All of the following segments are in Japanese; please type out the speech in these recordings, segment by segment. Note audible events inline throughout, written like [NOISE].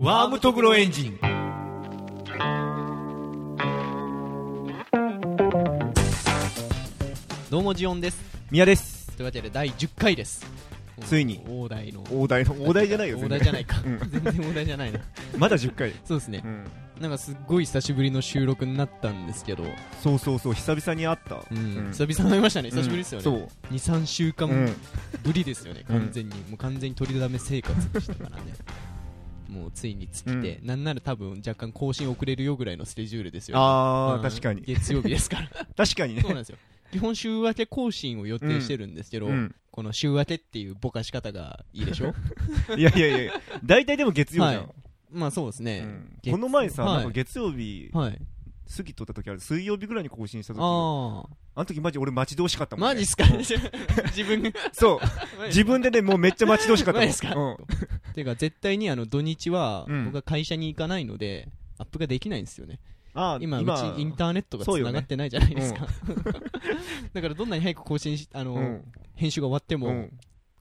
ワームトグロエンジン。どうもジオンです宮です。というわけで第10回ですついに大台の大台の、大台じゃないよ、大全台然じゃないか、うん全然大台じゃないなまだ10回。そうですねう、ん。なんかすっごい久しぶりの収録になったんですけど、そうそうそう、久々に会った。ううんん、久々に会いましたね久しぶりですよそね、う。 23週間うん。ぶりですよね、うん完全にもう完全に取りだめ生活でしたから [LAUGHS] ねもうついに尽きて、なんなら多分若干更新遅れるよぐらいのスケジュールですよ、あうんー、確かに。月曜日ですから [LAUGHS] 確かにそうね。なんですよ基本週明け更新を予定してるんですけど、うん。この週明けっていうぼかし方がいいでしょ [LAUGHS] いやいやいや、大体でも月曜じゃん。 [LAUGHS] まあそうですうね、ん月この前さ、はいなんか月曜日、はい過ぎとった時ある、水曜日ぐらいに更新した時あああの時マジ俺待ち遠しかったもんマね。ジっす [LAUGHS] か自分が [LAUGHS] そう。自分でね、もうめっちゃ待ち遠しかったもん。マジっすかうんてか絶対にあの土日はうん僕は会社に行かないのでアップができないんですよねあー、今う今ちインターネットがつながってないじゃないですか [LAUGHS] だからどんなに早く更新しあうのん。編集が終わってうもん。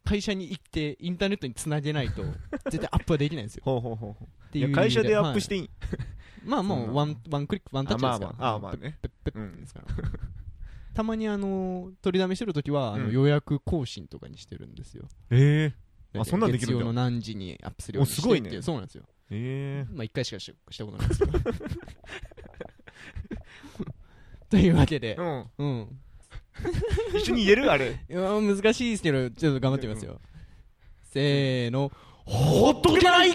会社に行ってインターネットにつなげないと絶対アップはできないんですよほうほうほうほっう。ていいやう会社でアップしてていい。まあもそんうなワンワンクリックワンタッチですかあまあまあらあまあねペッペッペッペうッんですから [LAUGHS] たまにあの取りだめしてるときはあうのん予約更新とかにしてるんですよえあそんなんできるんだ月曜の何時にアップするようにしておすごっいていうねそうなんですよえ。ええ。まあ1回しかししたことないですけ [LAUGHS] ど [LAUGHS] というわけでうん。うん一緒に言えるあれ。いや難しいですけどちょっと頑張ってみますよ、せーのほっとけない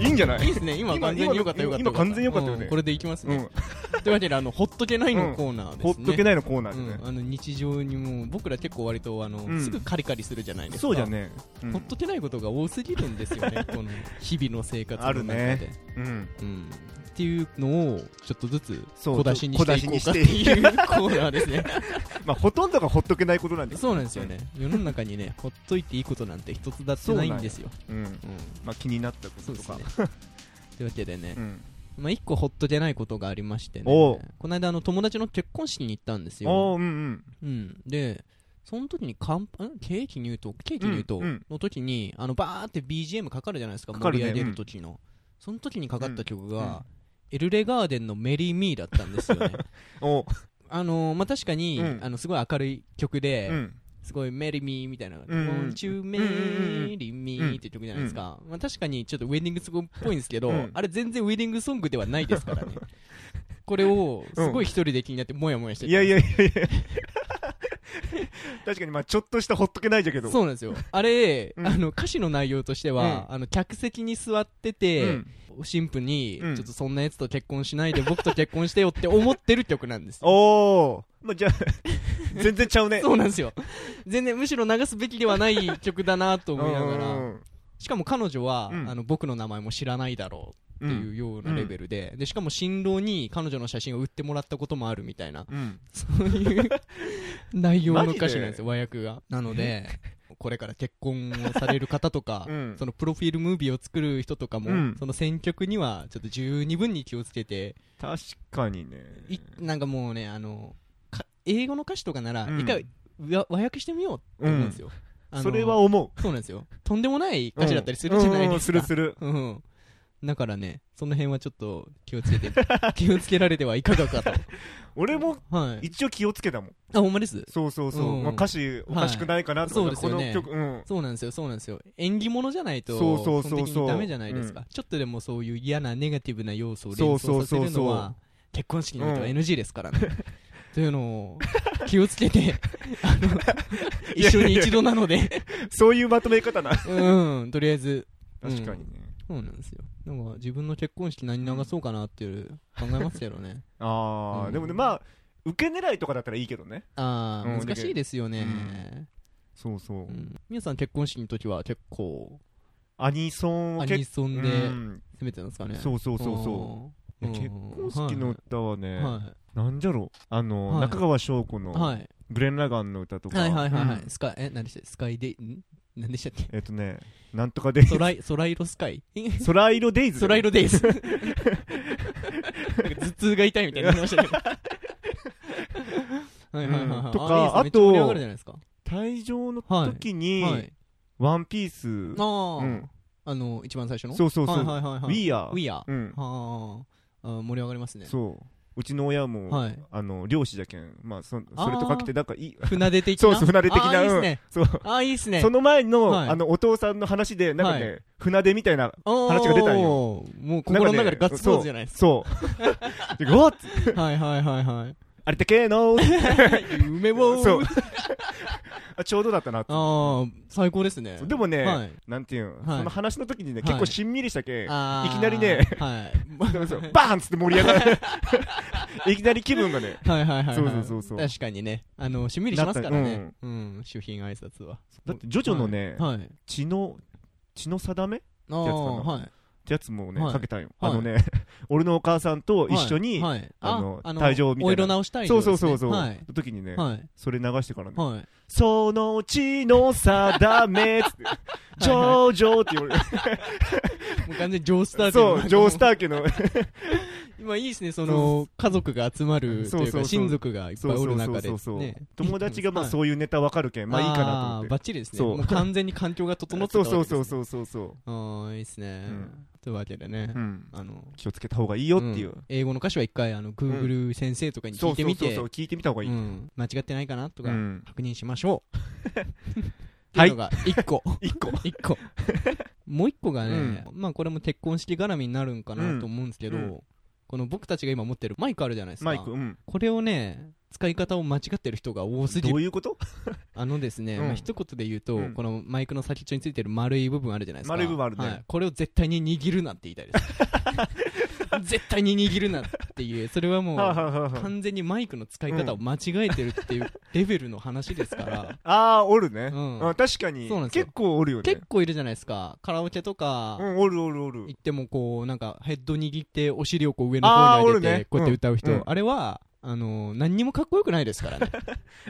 いいんじゃないいいですね今今完全に良かった今良かっ今た完全に良かったよねうんこれでいきますうね、ん。というわけであのほっとけないのコーナーですね、ほっとけないのコーナーでうねん、。あの日常にも僕ら結構割とあの、うんすぐカリカリするじゃないですかそうじゃね。うんほっとけないことが多すぎるんですよねこの日々の生活のあ中るで、ねうん。うん、っていうのをちょっとずつそう小出しにしていこうかっていうコーナーで [LAUGHS] すねまあ、ほとんどがほっとけないことなんです。そうなんですよね世の中にねほっといていいことなんて一つだってないんですようん。うんまあ、気になったことそうとですかね。 [LAUGHS] というわけでねう、ん。まあ、一個ほっとけないことがありましてねおうこの間あの友達の結婚式に行ったんですああよ、ー、うんうん。うん、でその時に乾杯んケーキ入刀ケーキ入うんうん刀の時に、あのバーって BGM かかるじゃないですかかかる盛ねり上げる時の、その時にかかった曲が、うんうんエルレガーデンの「メリー・ミー」だったんですよ [LAUGHS] ねおうあのーまあ確かに、うんあのすごい明るい曲で、うん。すごい「メリー・ミー」みたいなん「Won't you うんうん marry me」っていう曲じゃないですか、まあ、確かにちょっとウェディングソングっぽいんですけど、うんあれ全然ウェディングソングではないで [LAUGHS] すからねこれをすごい一人で気になってもやもやしていやいやいやいや。 [LAUGHS] 確かに、まあ、ちょっとしたほっとけないじゃけど。そうなんで [LAUGHS] すよ。あれ、うんあの歌詞の内容としては、あの客席に座ってて、うん。神父に、うんちょっとそんなやつと結婚しないで僕と結婚してよって思ってる曲なんです [LAUGHS] よ。おー。まあ、 [LAUGHS] じゃあ、全然ちゃうね。そうなんですよ。全然むしろ流すべきではない曲だなとうん思いながうら、んしかも彼女は、うんあの僕の名前も知らないだろううってん。いうようなレベルで、でしかも新郎に彼女の写真を売ってもらったこともあるみたいな、うん。そ [LAUGHS] ういう内容のマジで歌詞なんですよ、和訳が。なの [LAUGHS] で、これから結婚をされる方とか、うんそのプロフィールムービーを作る人とかも、うんその選曲にはちょっと十二分に気をつけて、確かにね。いなんかもうね、あの、か英語の歌詞とかなら、うん一回わ和訳してみようって思うんですよ。あのそれは思。そうなんですよ。とんでもないう歌詞だったりするじゃなうんいうでんすすか。るする。うん。だからね、その辺はちょっと気をつけ [LAUGHS] て、気をつけられてはいかがかと。俺もはい。一応気をつけたもん。あ、ほんまです。そうそうそう。うんまあ、歌詞おかしくないかなとか、はいそうですよねこの曲、うん。そうなんですよ、そうなんですよ。縁起物じゃないと、そうそうそうそう基本的にダメじゃないですか、ちょっとでもそういう嫌なネガティブな要素を連そ想うそうそうさせそうるのは、結婚式においてはうん NG で [LAUGHS] すからね。というのを、気をつけて、あの、いや [LAUGHS] 一緒に一度なので、そういうまとめ方な。うん、とりあえず、うん確かにね。そうなんですよ。なんか、自分の結婚式何流そうかなっていう、考えますけど [LAUGHS] ね。ああ、うんでもね、まあ、受け狙いとかだったらいいけどね。あうんあ、難しいですよね。そうそう。うん皆さん結婚式の時は結構、アニソンをアニ結ソン構、でうん攻めてたんですかね。そうそうそうそ。そうね結婚式の歌はね、はなんじゃろう、あの、はい中川翔子い。の、はい。グレン・ラガンの歌とか、はいはいはいはうい。んスカイ、え、何でしたスカイデイ、ん何でしたっけ [LAUGHS] えっとね、なんとかデイズ、空い、空色スカイ [LAUGHS] 空色デイズだ空よね、色デイズ。なんか頭痛が痛いみたいになりま [LAUGHS] したけどはいはいはいはい、うんとかあいいですねめっちゃ盛り上があとるじゃないですか退場のはい時に、はいワンピースああ、うんあの一番最初のそうそうそう、はいはいはいはい We are We are うんはああ盛り上がりますねそううちの親も、はいあの漁師じゃけん、まあ、そそれとかけてなんかいい [LAUGHS] 船出的そなうそう船出的なああいいうっすんねそうああいいっすねその前の,、はいあのお父さんの話でなんかね、は船出みたいな話話が出たんよよもう心の中でガッツポーズじゃないですそう [LAUGHS] でうわっかはいはいはいはいあれだけーのー [LAUGHS] 夢をそうあちょうどだったなってああ最高ですねそうでもね、はいなんていうん、はいその話の時にね、はい結構しんみりしたけん、あーいきなり [LAUGHS] ねはいそうそうバーンっつって盛り上が [LAUGHS] るいきなり気分がねはいはいはいはいそうそうそうそう確かにねあのしんみりしますからなねっうん主品挨拶はだってジョジョのね、はい血の血の定めっあやつかあなはいてやつもね、はいかけたんよ、はいあのね俺のお母さんと一緒に、はいはいあのあ退場みたいなお色直したいそうそうそうそう、はいの時にね、はいそれ流してからね、はいその血の定めっつ [LAUGHS] ってジョジョって言われるもう完全にジョースター家 [LAUGHS] のそうジョースター家の今いいですねその家族が集まるとそういうそうそかう親族がいっぱいおる中でそうそうそうそうね友達がまあはいそういうネタわかるけん、まあいいかなと思っあーてバッチリですねそもうう完全に環境が整ってたそわう [LAUGHS] けそでうすねそうそうそうそああいいですねうんというわけでねう、うん、あの気をつけた方がいいよっていう、ん英語の歌詞は一回あの Google 先生とかにそ聞いうてそうみそうてそう聞いてみた方がいい、うん間違ってないかなとかうん確認しましょうってはいいうのが一個一 [LAUGHS] 個一個もう一個がねまあこれも結婚式絡みになるんかなと思うんですけうどこの僕たちが今持ってるマイクあるじゃないですマイかクうんこれをね使い方を間違ってる人が大筋どういうことあのですね、うんまあ一言で言うと、うんこのマイクの先っちょについてる丸い部分あるじゃないですか丸い部分あるねはいこれを絶対に握るなって言いたいです [LAUGHS] 絶対に握るなっていうそれはもはあうはあはあは完全にマイクの使い方を間違えてるっていうレベルの話で [LAUGHS] すからああーおるね、うんあ確かにそうなんですよ結構おるよね結構いるじゃないですかカラオケとかうんおるおるおる行ってもこうなんかヘッド握ってお尻をこう上の方に上げあーおてるねこうやって歌う人、うんうんあれはあのー何にもかっこよくないですか [LAUGHS] らね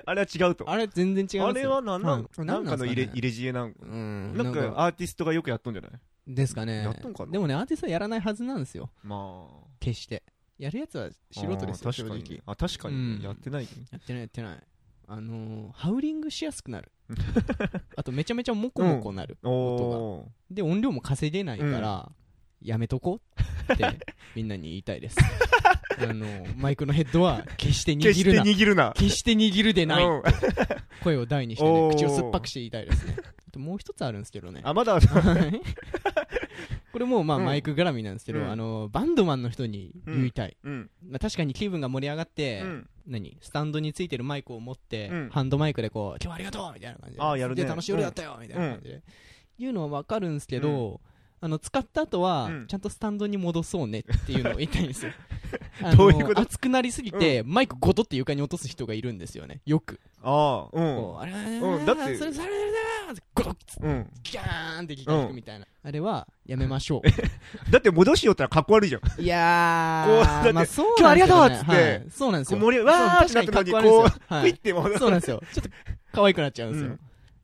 あれは違うとあれ全然違いあますれよはなんなん,、はいなんかの入れなんなんすかね入れ知恵なんうんなんかアーティストがよくやっとんじゃないですかねやっとんかなでもねアーティストはやらないはずなんですよまあ決してやるやつは素人ですあーよ正確か直にあ確かに、うんやってないやってないやってないあのーハウリングしやす [LAUGHS] くなるあとめちゃめちゃモコモコなる、おおで音量も稼げないから、やめとこうってみんなに言いたい [LAUGHS] ですあのーマイクのヘッドは決してー決し握るてな握るな決して握るでないうん声を大にしてねおー口を酸っぱくして言いたいですねあともう一つあるんですけどねあまだはいこれもまあうんマイク絡みなんですけど、うんあのバンドマンの人に言いたい、うんまあ、確かに気分が盛り上がって、うん何スタンドについてるマイクを持って、うんハハンドマイクでこう今日はありがとうみたいな感じであーやるねすげえ楽しい夜だったよみたいな感じで、言うのはわかるんですけど、あの使った後は、うんちゃんとスタンドに戻そうねっていうのを言いたいんですよあのどういうこと熱くなりすぎて、マイクごとって床に落とす人がいるんですよねよく、ああうんこうあれだうんだってそれそれそれゴロッうん、ギャーンってギター弾くみたいな、あれはやめましょだって戻しよったらかっこ悪いじゃん。ういやこうだっーてまあそう今日なあんりですがとうけどねっつってはいそうなんですこうよ盛り上がわーってなった時にこう、う、はピいッ、て戻す。そうなんですよ。ちょっと可愛くなっちゃうんですよ。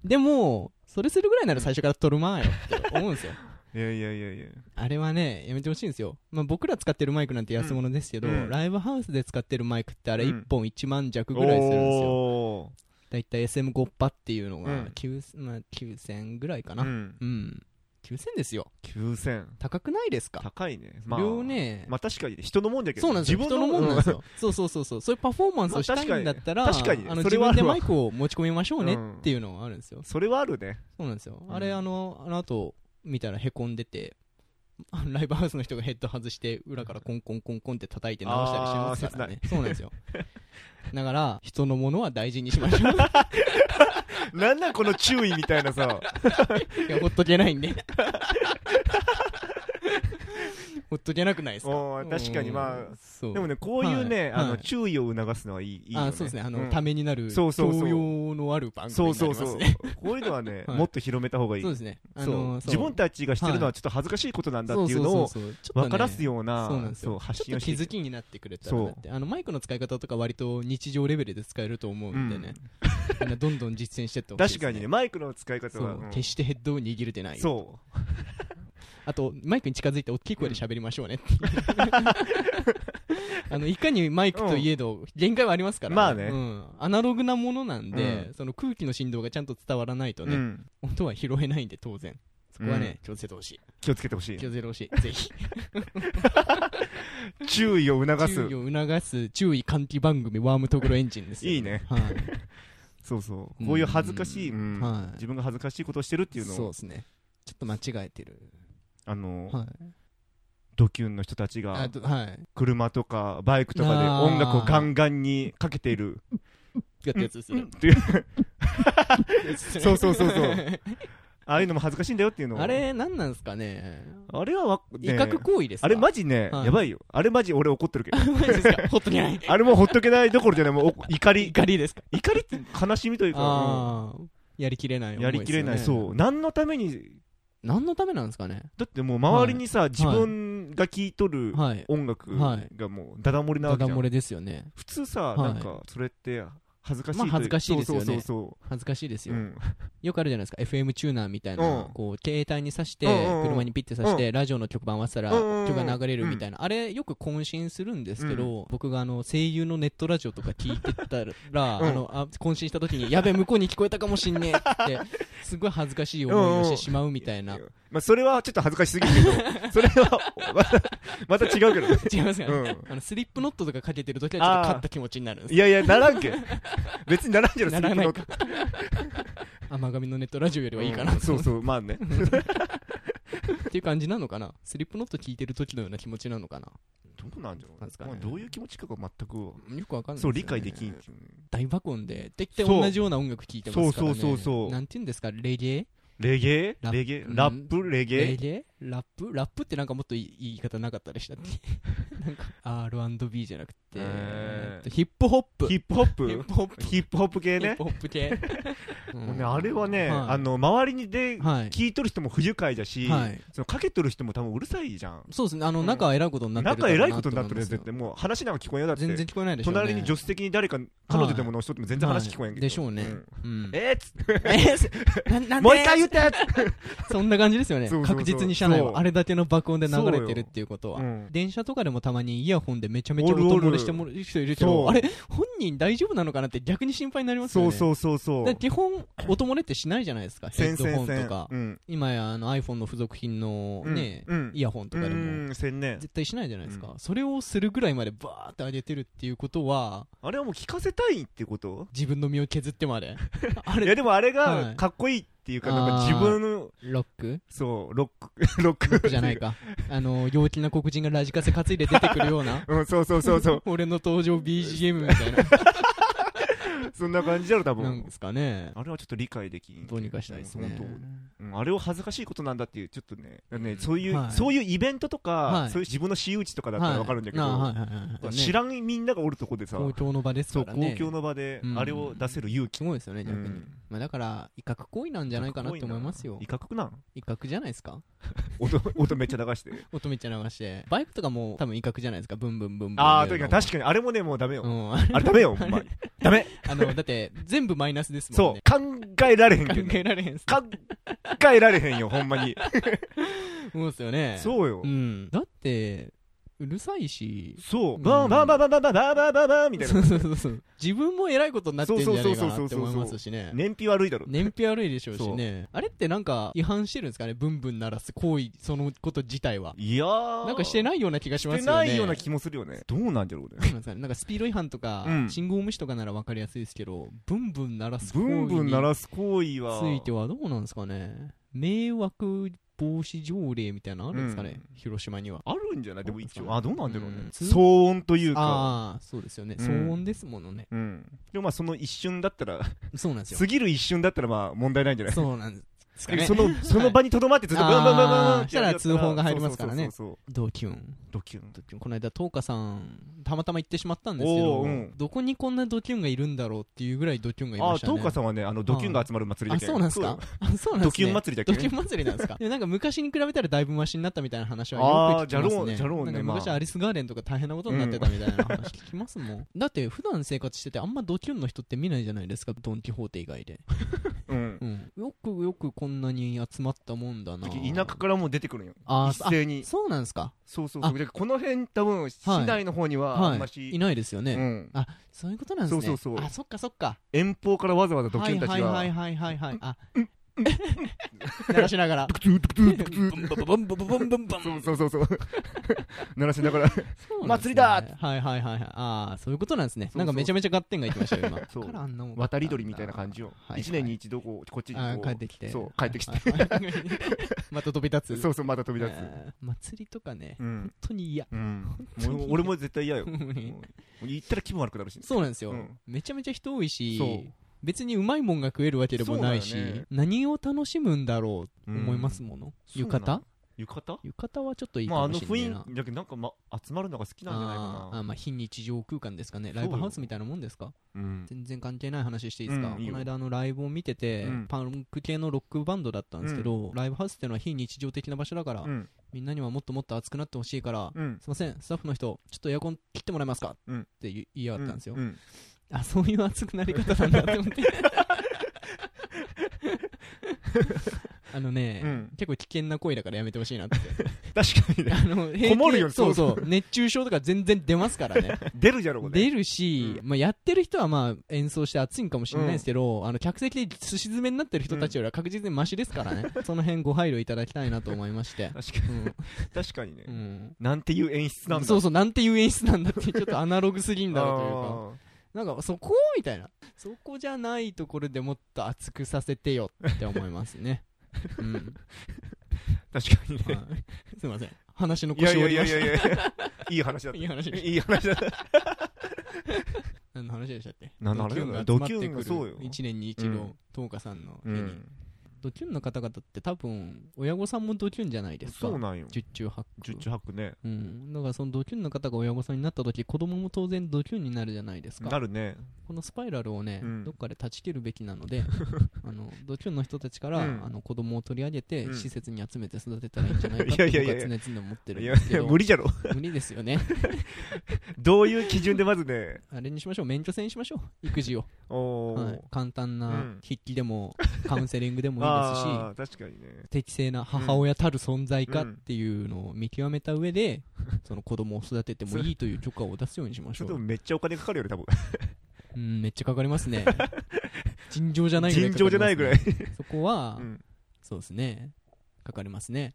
でも、それするぐらいなら最初から撮るまーよって思うんですよ。いやいやいやいや。あれはね、やめてほしいんですよ。まあ僕ら使ってるマイクなんて安物ですけど、うんライブハウスで使ってるマイクってあれうん1本1万弱ぐらいするんですよ。おだいたい SM5 波っていうのうがん9000、まあ、9000ぐらいかー。うな。うん。ん。 9000ですよ。 9000。高くないですか高いね。それをね、まあ確かに人のもんだけど。そうなんですよ。自人分のもんなんですよ。よ。そうそうそうそう。そういうパフォーマンスをしたいんだったら、まあ確かに確かにあのそれ自はあ分でるわマイクを持ち込みましょうねっていうのがあるんですよ。それはあるね。そうなんですよ。うんあれ、あの、あの後、見たらへこんでて、 [LAUGHS] あのライブハウスの人がヘッド外して、裏からコンコンコンコンって叩いて直したりしてますからね。そうなんですよ。だから、人のものは大事にしましょう。なんなんこの注意みたいなさ。いや、ほっとけないんで。 [LAUGHS] ほっとけなくないですかおー確かにまあ。そう。でもね、こういうね、はいあの、はい注意を促すのはいい。いいよあそうですね。あの、うんためになる、そうそうそう教養のある番組そにうなりそうますね。そそうう。こういうのはね、 [LAUGHS] はいもっと広めた方がいい。ですね。あそのう自分たちがしてるのはちょっと恥ずかしいことなんだっていうのをそうそうそうそうちょっとね分からすようなそうなんですそうよ発ち信ょっをしとて気いづきになってくれたらなってあのマイクの使い方とか割と日常レベルで使えると思うんでね、みんなどんどん実践してってほしい確です、ね、かにねマイクの使い方そはう、うん決してヘッドを握れてないそあとマイクに近づいて大きい声で喋りましょうね、あのいかにマイクといえど限界はありますから、まあねうん、アナログなものなんで、うんその空気の振動がちゃんと伝わらないとうね、ん音は拾えないんで当然そこはね、気をつけてほしい気をつけてほし気いをつけてほしいぜひ注意を促す注意を促す注意喚起番組ワームトグロエンジンですよいいねはい、そうそうこういう恥ずかしい、ううんはい自分が恥ずかしいことをしてるっていうそうのをですねちょっと間違えてるあの、はいドキュンの人たちあがとはい車とかバイクとかであー音楽をガンガンにかけているやったやつですねっていうそうそうそうそうああいうのも恥ずかしいんだよっていうのをあれ何なんですかねあれはわ、威ね嚇行為ですかあれマジね、はいやばいよあれマジ俺怒ってるけどマジですか本当にないあれもうほっとけないどころじゃないもうお怒り [LAUGHS] 怒りですか怒りって悲しみというか、ああやりきれなういんやりきれない、うそう何のために何のためなんですかねだってもう周りにさ、自分が聴いとるはい音楽はいがもうダダ漏れなたわけだじゃん、漏れですよね普通さ、はいなんかそれって恥ずかしいまとあいう恥ずかしいですよねそうそうそ恥ずかしいですうそう、ようん、よくあるじゃないですか FM チューナーみたいうんなこう携帯に挿してうんうんうん車にピッて挿してラジオの曲番合わせたらうんうんうん曲が流れるみたいなあれよく渾身するんですけど僕があの声優のネットラジオとか聞いてたらうんあのあ渾身した時にやべ向こうに聞こえたかもしんねえってすごい恥ずかしい思いをしてしまうみたいなまあ、それはちょっと恥ずかしすぎるけ [LAUGHS] どそれはまたまた違うけどね、違いますかねうんあのスリップノットとかかけてる時はちょっと勝った気持ちになるんですいやいや、ならんけ。別にならんじゃろ、ならないかスリップノート甘神のネットラジオよりはいいかなうんそうそう、まあね。っていう感じなのかなスリップノット聞いてる時のような気持ちなのかなどうなんじゃろうなんですかねまあどういう気持ちかが全く、よくわかんないですそよう、ね理解できんっていうね大爆音で大体同じような音楽聴いてますからねそうそうそうそうなんて言うんですかレゲエレゲエラップレゲエうんラップレゲレエゲエラップラップってなんかもっといい言い方なかったでし [LAUGHS] たっけなんか R&B じゃなくて、えーえっとヒップホップヒップホッププホップヒップホップ系ヒねッ。プホップ系 [LAUGHS] うんもうね、あれはね、はいあの、周りにで、はい聞いとる人も不愉快だし、はいそのかけとる人も多分うるさいじゃん。そうですねあの仲偉いことになってる仲偉いことになってるよ、ん絶対。もう話なんか聞こえんよ、だって。全然聞こえないでしょうね隣に助手席に誰か、彼女でもの人でも全然話聞こえんけど。でしょうねんうんえーっつってえ [LAUGHS] ななんでもう一回言ってそんな感じですよねそうそうそう確実に車内そうはあれだけの爆音で流れてるっていうことは、うん電車とかでもたまにイヤホンでめちゃめちゃおるおる音漏れしてもらう人いるけそうどあれ本人大丈夫なのかなって逆に心配になりますよそねうそうそうそだからう。基本音漏れってしないじゃないですかヘせんッドせホんンせとんかうん今やあの iPhone の付属品のね、うんイヤホンとかでうもんせんね絶対しないじゃないですか、それをするぐらいまでバーって上げてるっていうことはあれはもう聞かせたいってこと自分の身を削って [LAUGHS] まであいやれでもあれはがいかっこいいっていうか、あーなんか自分のロックそうロック [LAUGHS] ロックロックじゃないかあの陽気な黒人がラジカセ担いで出てくるようなうんそうそう [LAUGHS] そうそう俺の登場 BGM [LAUGHS] みたいなそんな感じだろ多なん分ですかねあれはちょっと理解できんどうにかしたいですうんね本当うんあれを恥ずかしいことなんだっていうちょっとねだからねそういう、はいそういうイベントとか、はいそういう自分の私有地とかだったらわかるんだけど、はいなあはいはいはい知らんみんながおるとこでさ、公共の場ですそうからね公共の場でうんあれを出せる勇気、すごいですよね逆に、うんまあ、だから威嚇行為なんじゃないかなと思いますよ威嚇なん威嚇じゃないですか音音めっちゃ流 [LAUGHS] して音めっちゃ流してバイクとかも多分威嚇じゃないですかブンブンブンブンああ、とにかくか確かに、あれもね、もうダメよ。うん、あれあれダメよ、ほんまに。ダメ。あのだって全部マイナスですもんそねう。考えられへんけど考。えられへんっす考えられへんよ、ほんまに。そうですよねう、そうよう。ん、だってうるさいしそう。うんバンバンバンバンバンバンバンバンバンバンみたいそなう。そうそうそう自分もえらいことになってんじゃないかなって思いますしね燃費悪いだろ。燃費悪いでしょうしねあれってなんか違反してるんですかねブンブン鳴らす行為そのこと自体はいやー。なんかしてないないような気がしますよねしてないような気もするよね。どうなんじゃろうね。そうなんですかねなんかスピード違反とか、うん信号無視とかなら分かりやすいですけどブンブン鳴らすブ行為ンにブン鳴らす行為は。ついてはどうなんですかね迷惑防止条例みたいなのあるんですかね、広島にはあるんじゃないでも一そう応。あ、どうなんだろううんね。騒音というか。ああそうですよね、うん騒音ですものねうん。でもまあ、その一瞬だったら、そうなんですよ過ぎる一瞬だったらまあ、問題ないんじゃないそうなんですかねその、その場にとどまってずっとバンバンバンバンバンってやるやあーしたら通報が入りますからねそうそうそうドキュンそうドキュン。この間東花さんたまたま行ってしまったんですけど、おーうんどこにこんなドキュンがいるんだろうっていうぐらいドキュンがいあまあ、したね東花さんはね、あの、ドキュンが集まる祭りだあっけそうなんですかあそうなんですねドキュン祭りだっけドキュン祭りな [LAUGHS] んですかでもなんか昔に比べたらだいぶマシになったみたいな話はよあーく聞きますねじゃろうじゃろうねなんかまあ昔アリスガーデンとか大変なことになってたみたいな話聞きますもん、だって普段生活しててあんまドキュンの人って見ないじゃないですかドン・キホーテ以外で、うん。うん、あよくよくこんなに集まったもんだな時田舎からもう出てくるんよあー一斉にあそうなんですかそうそうそうあだからこの辺多分市内の方にはあんまはいいし、ないですよね、うん、あそういうことなんですねそうそうそうあそっかそっか遠方からわざわざドはキュいンたはちいはいがはいはいはいあ [LAUGHS] 鳴らしながらトゥトゥトゥトゥトゥブンブンブンブンブンブンブンそうそうそうそう鳴らしながらそうなんで祭すねりだはいはいはいはいああそういうことなんですねそうそうなんかめちゃめちゃガッテンが言ってましたよ今 [LAUGHS] そうからあんなもん渡り鳥みたいな感じをはいはい一年に一度こうこっちにあーこ帰うってきてそう帰ってきてはい [LAUGHS] はいまた飛び立つそうそうまた飛び出すあー祭りとかねうん本当に嫌うん当にもう俺も絶対嫌よ本当にもう行ったら気分悪くなるしそうなんですよ、うんめちゃめちゃ人多そういし別にうまいもんが食えるわけでもないし、そうだよね何を楽しむんだろううん思いますもの、浴そうな衣の浴衣浴衣はちょっといいかまああものしれないな、雰囲気だけどなんかま集まるのが好きなんじゃないあーあかーまあ非日常空間ですかねそうラよイブハウスみたいなもんですかなうん全然関係ない話していいですか、うんいいよこの間あのライブを見てて、うんパンク系のロックバンドだったんですけど、ライブハウスっていうのは非日常的な場所だから、うんみんなにはもっともっと熱くなってほしいから、うんすいませんスタッフの人ちょっとエアコン切ってもらえますか、うんって言いやがったんですよ、ううんあそういう熱くなり方なんだって思って [LAUGHS] あのね、うん結構危険な行為だからやめてほしいなって [LAUGHS] 確かにねあの平気でこもるよそうそそうう熱中症とか全然出ますからね出るじゃろこれ出るし、まあ、やってる人はまあ演奏して熱いんかもしれないですけど、あの客席ですし詰めになってる人たちよりは確実にマシですからね、 [LAUGHS] その辺ご配慮いただきたいなと思いま [LAUGHS] して確かにうん、確かにうねんなんていう演出なんだそうそうなんていう演出なんだってちょっとアナログすぎんだろうというかあーなんかそこみたいなそこじゃないところでもっと熱くさせてよって思います [LAUGHS] ねうん、確かにねはい、すいません話のいや腰いやをい折りやまいしやたいや [LAUGHS] いい話だっいい話たでしたいい話だ [LAUGHS] った何の話でしたっけ何の話だよドキュドキュンンがが集まっそうてよくる1年に一う度ん十日さんのう家に、んドキュンの方々って多分親御さんもドキュンじゃないですかそうなんよ十中八九十中八九ねうん、だからそのドキュンの方が親御さんになった時子供も当然ドキュンになるじゃないですかなるねこのスパイラルをね、うんどっかで断ち切るべきな [LAUGHS] のであのドキュンの人たちから、うんあの子供を取り上げて、うん施設に集めて育てたらいいんじゃないかっていやいやい僕やは常々思ってるんいでやすいけやど無理じゃろ [LAUGHS] 無理ですよねどういう基準でまずねあれにしましょう免許制にしましょう育児を、おおはい、簡単うなん筆記でも、カウンセリングでもいいですしああ確かにね適正な母親たる存在かうっんていうのを見極めた上で、その子供を育ててもいいという許可を出すようにしましそょれでもう、めっちゃお金かかるよね多分うん、めっちゃかか [LAUGHS] りますね尋常じゃないぐらい尋常じゃないぐらいかかりますねそこは、うんそうですね。かかりますね。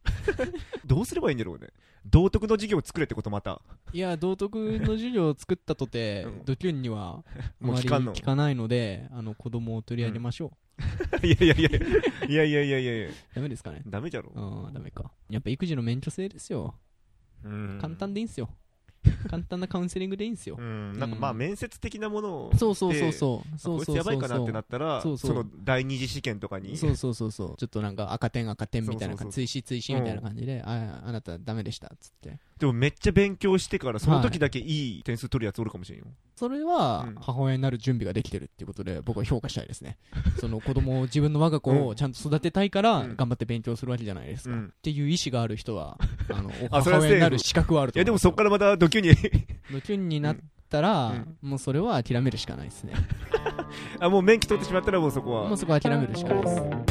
どうすればいいんだろうね道徳の授業を作れってことまた [LAUGHS] いや、道徳の授業を作ったとて、うんドキュンには、あもうま聞りかんの聞かないので、あの、子供を取り上げましょう。いやいやいやいやいやいやいやいやダメですかね。ダメじゃろうん、ダメか。やっぱ育児の免許制ですよ。うん簡単でいいんすよ。簡単なカウンセリングでいいんすよう。んなんかまあうん面接的なものをそうそうそうそう。あそうこいそつうやそばいうかなってなったらそそうそうの第二次試験とかに [LAUGHS] そうそうそうそうちょっとなんか赤点赤点みたいなそうそ感うじ追試追試みたいな感じで、ああなたダメでしたっつってでもめっちゃ勉強してからその時だけいい点数取るやつおるかもしれんよそれはうん母親になる準備ができてるっていうことで僕は評価したいですね [LAUGHS] その子供を自分の我が子うをんちゃんと育てたいからうん頑張って勉強するわけじゃないですか、うっんていう意思がある [LAUGHS] 人はあのあそれ母は親になる資格はあるいとや思でもそっかららまたドキュンに [LAUGHS] ドキュンになったら、うんもうそれは諦めるしかないですねあもう免許取ってしまったらもうそこはもうそこは諦めるしかないです